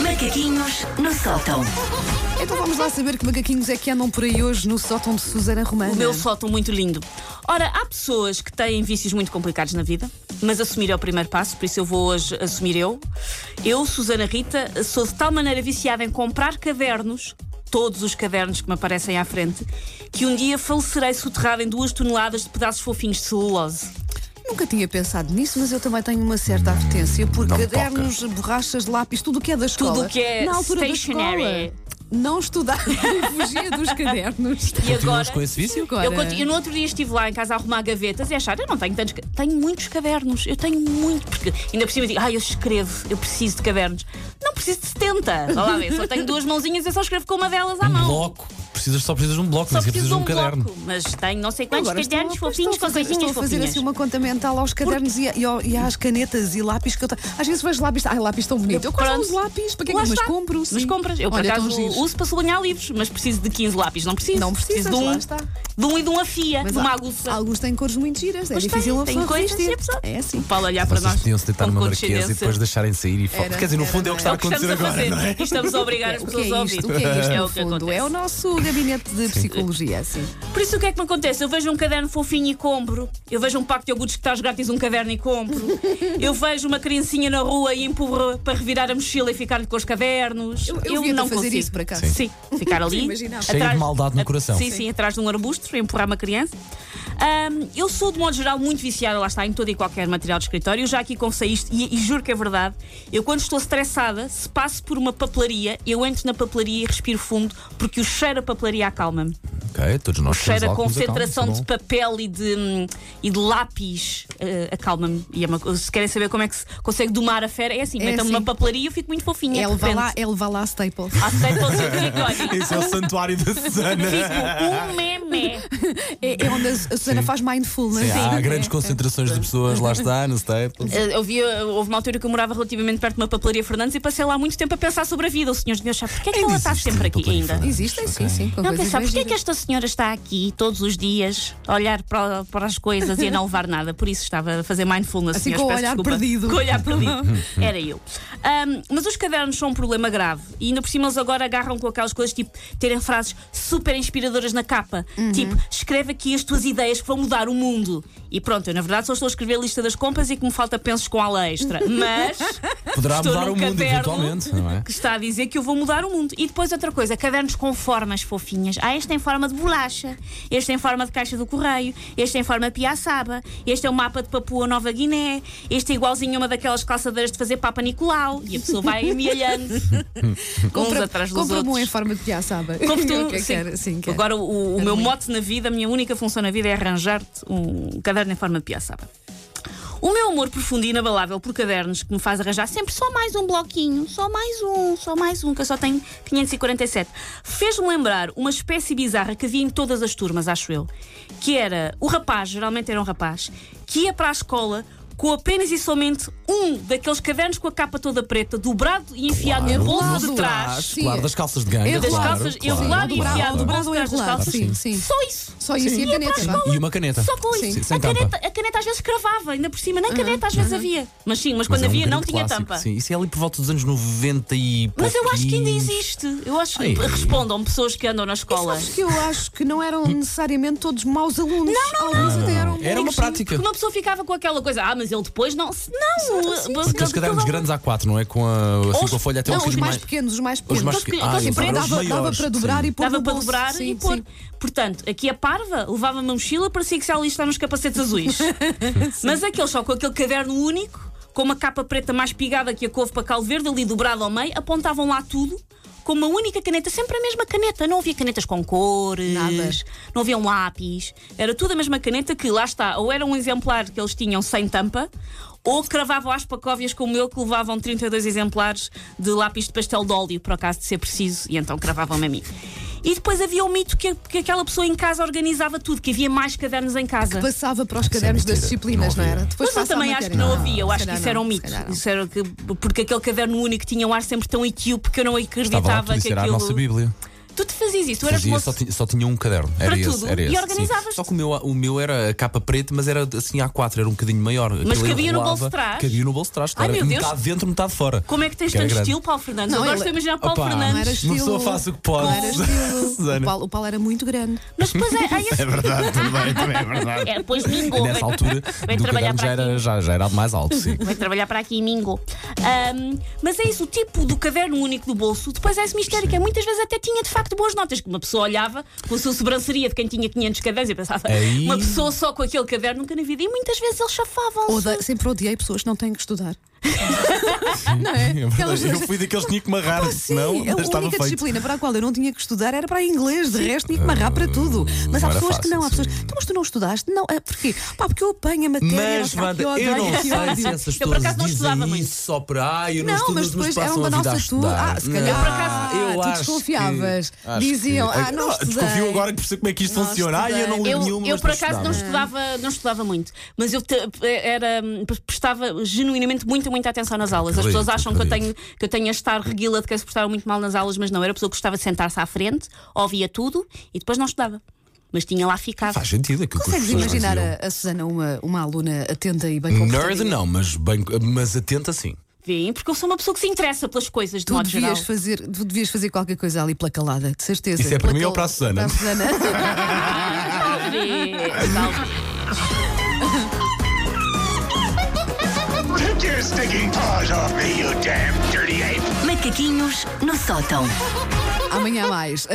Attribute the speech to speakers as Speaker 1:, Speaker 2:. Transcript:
Speaker 1: Macaquinhos no sótão.
Speaker 2: Então vamos lá saber que macaquinhos é que andam por aí hoje no sótão de Susana Romana.
Speaker 3: O meu sótão muito lindo. Ora, há pessoas que têm vícios muito complicados na vida, mas assumir é o primeiro passo, por isso eu vou hoje assumir eu. Eu, Susana Rita, sou de tal maneira viciada em comprar cadernos, todos os cadernos que me aparecem à frente, que um dia falecerei soterrada em duas toneladas de pedaços fofinhos de celulose.
Speaker 2: Nunca tinha pensado nisso, mas eu também tenho uma certa apetência por
Speaker 4: Hum, não me
Speaker 2: cadernos, borrachas, lápis, tudo o que é da escola.
Speaker 3: o que é
Speaker 2: Na altura da
Speaker 3: stationery.
Speaker 2: escola, não estudava, fugia dos cadernos.
Speaker 3: E
Speaker 4: Continuas
Speaker 3: agora.
Speaker 4: com esse vício?
Speaker 2: Agora,
Speaker 3: Eu, conti- eu no outro dia estive lá em casa a arrumar gavetas e a achar, eu não tenho tantos. ca- Tenho muitos cadernos, eu tenho muito. Porque ainda por cima digo, ah, eu escrevo, eu preciso de cadernos. Não preciso de 70. Vá lá ver, só tenho duas mãozinhas, eu só escrevo com uma delas à
Speaker 4: Um
Speaker 3: mão.
Speaker 4: bloco. Precisas, só precisas de um bloco,
Speaker 3: Tá Só
Speaker 4: nem sequer
Speaker 3: preciso
Speaker 4: precisas
Speaker 3: de um,
Speaker 4: caderno.
Speaker 3: bloco. Mas tenho não sei quantos
Speaker 2: Agora estou-
Speaker 3: cadernos
Speaker 2: pois
Speaker 3: fofinhos
Speaker 2: estou a
Speaker 3: com
Speaker 2: fazer,
Speaker 3: coisinhas
Speaker 2: estou a fazer
Speaker 3: fofinhas.
Speaker 2: assim uma conta mental aos cadernos e, a- e ao- e às canetas e lápis que eu tenho. Às vezes vejo lápis, ai, lápis tão bonito. Eu gosto
Speaker 3: Pronto.
Speaker 2: dos lápis, para que é que
Speaker 3: Lá
Speaker 2: eu- mas
Speaker 3: está.
Speaker 2: compro?
Speaker 3: Mas
Speaker 2: sim.
Speaker 3: compras. Eu, por
Speaker 2: Olha, é
Speaker 3: acaso,
Speaker 2: tão giros.
Speaker 3: uso para sublinhar livros, mas preciso de 15 lápis. Não preciso.
Speaker 2: Não
Speaker 3: preciso de
Speaker 2: precisas,
Speaker 3: um,
Speaker 2: lá está.
Speaker 3: de um e de uma fia, de
Speaker 2: há-
Speaker 3: uma aguça.
Speaker 2: Alguns têm cores muito giras, é
Speaker 3: Mas
Speaker 2: difícil
Speaker 3: tem,
Speaker 2: uma
Speaker 3: tem
Speaker 2: pessoa
Speaker 3: coisas
Speaker 2: resistir.
Speaker 3: que a pessoa-
Speaker 2: É assim.
Speaker 3: O Paulo a olhar para
Speaker 4: Vocês
Speaker 3: nós.
Speaker 4: podiam se deitar
Speaker 3: com
Speaker 4: numa marquesa e
Speaker 3: condescendência.
Speaker 4: depois deixarem sair e falar.
Speaker 2: Era,
Speaker 4: Quer dizer, no
Speaker 2: era,
Speaker 4: fundo é o
Speaker 2: era.
Speaker 4: que está
Speaker 3: É
Speaker 4: a
Speaker 3: o que
Speaker 4: acontecer
Speaker 3: estamos a
Speaker 4: agora,
Speaker 3: fazer.
Speaker 4: não é?
Speaker 3: E Estamos a obrigar as
Speaker 2: O que
Speaker 3: pessoas
Speaker 2: é
Speaker 3: a
Speaker 2: isto?
Speaker 3: ouvir.
Speaker 2: O que é isto,
Speaker 3: É
Speaker 2: no
Speaker 3: o que
Speaker 2: fundo?
Speaker 3: acontece.
Speaker 2: É o nosso gabinete de psicologia, sim.
Speaker 3: Por isso o que é que me acontece? Eu vejo um caderno fofinho e compro. Eu vejo um pacote de iogurtes que estás grátis um caderno e compro. Eu vejo uma criancinha na rua e empurro para revirar a mochila e ficar-lhe com os cadernos.
Speaker 2: Eu- eu via-te
Speaker 3: não
Speaker 2: fazer
Speaker 3: consigo.
Speaker 2: isso, por acaso.
Speaker 3: Sim, ficar ali.
Speaker 2: Imaginava.
Speaker 4: Cheio de maldade no
Speaker 3: a-
Speaker 4: coração.
Speaker 3: Sim, sim, atrás de um arbusto, empurrar uma criança. Ahm, eu sou, de modo geral, muito viciada, lá está, em todo e qualquer material de escritório. Eu já aqui confessei isto e, e juro que é verdade. Eu, quando estou estressada, se passo por uma papelaria, eu entro na papelaria e respiro fundo, porque o cheiro a papelaria acalma-me.
Speaker 4: Ok, todos nós
Speaker 3: Cheira a
Speaker 4: temos algo que nos
Speaker 3: concentração
Speaker 4: acalma,
Speaker 3: de
Speaker 4: isso é
Speaker 3: papel e de, hum, e de lápis eh, acalma-me. E é uma co- se querem saber como é que se consegue domar a fera, é assim:
Speaker 2: É
Speaker 3: metam-me
Speaker 2: assim.
Speaker 3: numa papelaria e eu fico muito fofinha.
Speaker 2: É
Speaker 3: de
Speaker 2: levar
Speaker 3: repente.
Speaker 2: lá, é levar lá a Staples.
Speaker 3: Há seis ou sete dias que
Speaker 4: bom.
Speaker 3: olhem,
Speaker 4: Esse é o santuário da Susana.
Speaker 3: fico um meme.
Speaker 2: É, é onde a Su- a Susana faz mindfulness.
Speaker 4: Sim,
Speaker 3: Ah,
Speaker 4: há grandes concentrações de pessoas, lá está, no Staples.
Speaker 3: Eh, eu via- houve uma altura que eu morava relativamente perto de uma papelaria Fernandes e passei lá muito tempo a pensar sobre a vida. O senhor devia achar, porquê é que ela está
Speaker 4: existe
Speaker 3: sempre
Speaker 4: a
Speaker 3: aqui
Speaker 4: papelaria
Speaker 3: ainda?
Speaker 4: Fernandes?
Speaker 2: Existem, sim, sim. com
Speaker 3: Não
Speaker 2: coisas
Speaker 3: pensar,
Speaker 2: bem
Speaker 3: porquê é que
Speaker 2: giras.
Speaker 3: esta senhora está aqui todos os dias a olhar para, para as coisas e a não levar nada? Por isso estava a fazer mindfulness.
Speaker 2: Assim, com
Speaker 3: senhores,
Speaker 2: o
Speaker 3: peço
Speaker 2: olhar
Speaker 3: desculpa.
Speaker 2: perdido. Uhum.
Speaker 3: Com o olhar perdido. Era eu. Ahm, mas os cadernos são um problema grave. E ainda por cima eles agora agarram com aquelas coisas tipo terem frases super inspiradoras na capa.
Speaker 2: Uhum.
Speaker 3: Tipo, escreve aqui as tuas ideias que vão mudar o mundo. E pronto, eu na verdade só estou a escrever a lista das compras e que me falta pensos com ala extra. Mas
Speaker 4: Poderá
Speaker 3: estou
Speaker 4: mudar
Speaker 3: num
Speaker 4: o mundo
Speaker 3: caderno
Speaker 4: eventualmente, não é?
Speaker 2: né?
Speaker 3: que está a dizer que eu vou mudar o mundo. E depois outra coisa, cadernos com formas fofinhas. Ah, este tem forma de bolacha, este tem forma de caixa do correio, este tem forma de piaçaba, este é um mapa de Papua Nova Guiné, este é igualzinho a uma daquelas calçadeiras de fazer Papa Nicolau. E a pessoa vai amealhando uns
Speaker 2: Compra-
Speaker 3: atrás dos
Speaker 2: Compra-me um
Speaker 3: outros.
Speaker 2: em forma de piaçaba.
Speaker 3: Compre
Speaker 2: É
Speaker 3: tu,
Speaker 2: o que eu
Speaker 3: sim.
Speaker 2: quero, sim, quero.
Speaker 3: Agora, o, o
Speaker 2: Quero
Speaker 3: meu
Speaker 2: muito.
Speaker 3: mote na vida, a minha única função na vida é arranjar-te um caderno em forma de piaçaba. O meu amor profundo e inabalável por cadernos que me faz arranjar sempre só mais um bloquinho, só mais um, só mais um, que eu só tenho 547. Fez-me lembrar uma espécie bizarra que havia em todas as turmas, acho eu, que era o rapaz, geralmente era um rapaz, que ia para a escola com apenas e somente um daqueles cadernos com a capa toda preta, dobrado e enfiado no
Speaker 2: Enrolado.
Speaker 3: bolso de trás.
Speaker 2: Sim.
Speaker 4: Claro, das calças de gangue.
Speaker 2: Enrolado.
Speaker 3: Das
Speaker 4: claro,
Speaker 3: calças,
Speaker 4: claro.
Speaker 3: enrolado e
Speaker 2: Dobrado,
Speaker 3: enfiado no
Speaker 2: dobrado
Speaker 3: bolso
Speaker 2: ou
Speaker 3: de trás das
Speaker 2: enrolado,
Speaker 3: calças.
Speaker 2: sim, sim.
Speaker 3: Só isso.
Speaker 2: Só isso e a
Speaker 3: Ia para a
Speaker 2: caneta.
Speaker 3: escola.
Speaker 4: E uma caneta.
Speaker 3: Só com isso.
Speaker 4: Então, Sim, sem
Speaker 3: a,
Speaker 4: tampa.
Speaker 3: caneta, a caneta às vezes cravava, ainda por cima. Nem caneta às vezes havia. Mas sim, mas,
Speaker 4: Mas
Speaker 3: quando
Speaker 4: é um
Speaker 3: havia não
Speaker 4: grande
Speaker 3: tinha
Speaker 4: clássico,
Speaker 3: tampa.
Speaker 4: Sim, isso é ali por volta dos anos 90 e.
Speaker 3: Mas eu acho que ainda
Speaker 4: pouquinhos.
Speaker 3: existe. Eu acho
Speaker 4: Ai.
Speaker 3: respondam pessoas que andam na escola.
Speaker 2: Sabes que eu acho que não eram necessariamente todos maus alunos. Alguns até eram
Speaker 4: Era uma
Speaker 2: bons.
Speaker 4: prática.
Speaker 3: Porque uma pessoa ficava com aquela coisa, ah, mas ele depois não. eh, se- Não! mas-
Speaker 4: Aqueles cadernos
Speaker 3: aquela-
Speaker 4: grandes A4, não é? Com a, assim,
Speaker 3: Os-
Speaker 4: com a folha até
Speaker 2: Não,
Speaker 4: um
Speaker 2: os
Speaker 4: bocadinho
Speaker 2: mais pequenos, os mais
Speaker 4: Os
Speaker 2: pequenos.
Speaker 4: mais
Speaker 3: Aqueles que-
Speaker 4: Ah,
Speaker 3: aqueles
Speaker 4: eu
Speaker 3: que
Speaker 4: adorava
Speaker 3: prendem,
Speaker 4: os
Speaker 2: dava, dava
Speaker 4: maiores,
Speaker 2: para dobrar
Speaker 4: sim.
Speaker 2: e pôr
Speaker 3: Dava
Speaker 2: no
Speaker 3: para
Speaker 2: bolso.
Speaker 3: dobrar
Speaker 2: Sim,
Speaker 3: e pôr.
Speaker 2: sim.
Speaker 3: Portanto, aqui a parva levava uma mochila, parecia que se ela está nos capacetes azuis. Mas aquele só com aquele caderno único, com uma capa preta mais pigada que a couve para caldo verde, ali dobrada ao meio, apontavam lá tudo. Com uma única caneta, sempre a mesma caneta. Não havia canetas com cores,
Speaker 2: Nada.
Speaker 3: não havia um lápis. Era tudo a mesma caneta que, lá está, ou era um exemplar que eles tinham sem tampa, ou cravavam às pacóvias como eu, que levavam 32 exemplares de lápis de pastel de óleo, por acaso de ser preciso, e então cravavam-me a mim. E depois havia o mito que, que aquela pessoa em casa organizava tudo, que havia mais cadernos em casa.
Speaker 2: Passava para os cadernos das
Speaker 4: é mentira.
Speaker 2: disciplinas, não,
Speaker 4: Não havia.
Speaker 2: era? Depois
Speaker 3: Tá. Mas eu
Speaker 2: passa à
Speaker 3: também acho
Speaker 2: matéria.
Speaker 3: que não havia, eu
Speaker 2: se
Speaker 3: acho que
Speaker 2: calhar
Speaker 3: isso era um
Speaker 2: não, se
Speaker 3: mito.
Speaker 2: calhar não.
Speaker 3: Isso era que, porque aquele caderno único tinha um ar sempre tão etíope que eu não
Speaker 4: Estava lá
Speaker 3: acreditava
Speaker 4: tudo,
Speaker 3: que
Speaker 4: isso era a
Speaker 3: aquilo.
Speaker 4: nossa Bíblia.
Speaker 3: Tu te fazias isso, tu eras
Speaker 4: Fazia,
Speaker 3: moço.
Speaker 4: só, tinha, só tinha um caderno. Era
Speaker 3: Para
Speaker 4: esse,
Speaker 3: tudo.
Speaker 4: era
Speaker 3: E
Speaker 4: esse. sim.
Speaker 3: organizavas-te.
Speaker 4: Só que o meu, o meu era a capa preta, mas era assim A4, era um bocadinho maior. Aquilo
Speaker 3: cabia no
Speaker 4: enrolava,
Speaker 3: bolso de trás?
Speaker 4: Cabia no bolso de trás.
Speaker 3: Ai,
Speaker 4: claro.
Speaker 3: meu Deus.
Speaker 4: Metade dentro, metade fora.
Speaker 3: Como é que tens
Speaker 4: Que era
Speaker 3: tanto
Speaker 4: grande.
Speaker 3: estilo, Paulo Fernandes?
Speaker 2: Não,
Speaker 3: Eu
Speaker 2: ele-
Speaker 3: gosto
Speaker 2: é-
Speaker 3: de imaginar o Paulo
Speaker 4: Opa,
Speaker 2: Não era
Speaker 3: Fernandes.
Speaker 2: estilo.
Speaker 4: uma pessoa faz o que pode.
Speaker 2: Não era estilo.
Speaker 4: Susana.
Speaker 2: o Paulo, o Paulo era muito grande.
Speaker 3: Mas depois é, há
Speaker 4: É
Speaker 3: esse.
Speaker 4: verdade, também, também é verdade.
Speaker 3: É, depois mingou.
Speaker 4: Nessa altura, do
Speaker 3: trabalhar
Speaker 4: caderno já
Speaker 3: para
Speaker 4: era,
Speaker 3: aqui.
Speaker 4: já, já era mais alto, sim.
Speaker 3: Vai trabalhar para aqui em Mingo. Ahm, mas é isso, o tipo do caderno único do bolso, depois há esse mistério que é, muitas vezes até tinha de facto boas notas, que uma pessoa olhava com a sua sobranceria de quem tinha 500 cadernos e pensava,
Speaker 4: Aí.
Speaker 3: uma pessoa só com aquele caderno nunca na vida. E muitas vezes eles chafavam-se.
Speaker 2: Odeio- sempre odiei pessoas que não têm que estudar.
Speaker 4: É verdade. Eu fui daqueles que tinha Ah, que marrar,
Speaker 2: Sim, é
Speaker 4: senão
Speaker 2: a
Speaker 3: é
Speaker 4: estava
Speaker 2: única
Speaker 4: feito.
Speaker 2: disciplina para a qual eu não tinha que estudar era para inglês, de resto tinha que marrar para tudo. Mas há
Speaker 4: Hum, não era
Speaker 2: pessoas que não, há
Speaker 4: fácil,
Speaker 2: pessoas. Então, mas tu não estudaste? Não, é porquê? Pá, porque eu apanho a matéria.
Speaker 4: Mas,
Speaker 2: pá, que
Speaker 4: Wanda, eu
Speaker 2: odeio,
Speaker 4: não
Speaker 2: que
Speaker 4: sei
Speaker 2: ódio.
Speaker 4: se
Speaker 3: Eu, por
Speaker 4: essas pessoas
Speaker 3: acaso, não estudava
Speaker 4: dizem
Speaker 3: muito.
Speaker 4: isso só por ah, eu não,
Speaker 2: Não,
Speaker 4: estudo,
Speaker 2: mas depois
Speaker 4: passam
Speaker 2: eram
Speaker 4: a
Speaker 2: da
Speaker 4: vida a
Speaker 2: nossa
Speaker 4: estudar.
Speaker 2: turma. Ah, se calhar.
Speaker 4: Não,
Speaker 2: Eu, por acaso, ah, tu
Speaker 4: acho que-
Speaker 2: desconfiavas.
Speaker 4: acho
Speaker 2: Diziam, ah, não
Speaker 4: Ah,
Speaker 2: estudei.
Speaker 4: Desconfio agora que percebo como é que isto
Speaker 2: Não
Speaker 4: funciona. Ah, eu não
Speaker 2: estudei.
Speaker 4: li
Speaker 3: Eu,
Speaker 4: nenhuma.
Speaker 3: eu,
Speaker 4: mas
Speaker 3: por acaso não
Speaker 4: estudava.
Speaker 3: estudava, não estudava muito, mas eu te- era, hum, prestava genuinamente muita, muita atenção nas aulas. As
Speaker 4: Acredito,
Speaker 3: pessoas acham que eu, tenho,
Speaker 4: acredito.
Speaker 3: que eu tenho a estar reguila de que se portava muito mal nas aulas, mas não, era a pessoa que gostava de sentar-se à frente, ouvia tudo e depois não estudava. Mas tinha lá ficado.
Speaker 4: Faz sentido aquilo que as
Speaker 2: Consegues
Speaker 4: pessoas
Speaker 2: imaginar
Speaker 4: faziam.
Speaker 2: a, a Susana, uma, uma aluna atenta e bem
Speaker 4: um Nerd
Speaker 2: comportada?
Speaker 4: não, mas, bem, mas assim. atenta sim.
Speaker 3: Vêem? Porque eu sou uma pessoa que se interessa pelas coisas de
Speaker 2: Tu
Speaker 3: modo
Speaker 2: devias,
Speaker 3: geral.
Speaker 2: fazer, tu devias fazer qualquer coisa ali pela calada, de certeza.
Speaker 4: Isso é para
Speaker 2: Pela
Speaker 4: mim ou
Speaker 2: cal-
Speaker 4: para a
Speaker 2: Para
Speaker 4: Susana?
Speaker 2: a Susana.
Speaker 3: Talvez, talvez.
Speaker 5: Take your stinking paws off me, you damn dirty ape!
Speaker 1: Macaquinhos no sótão.
Speaker 2: Amanhã mais.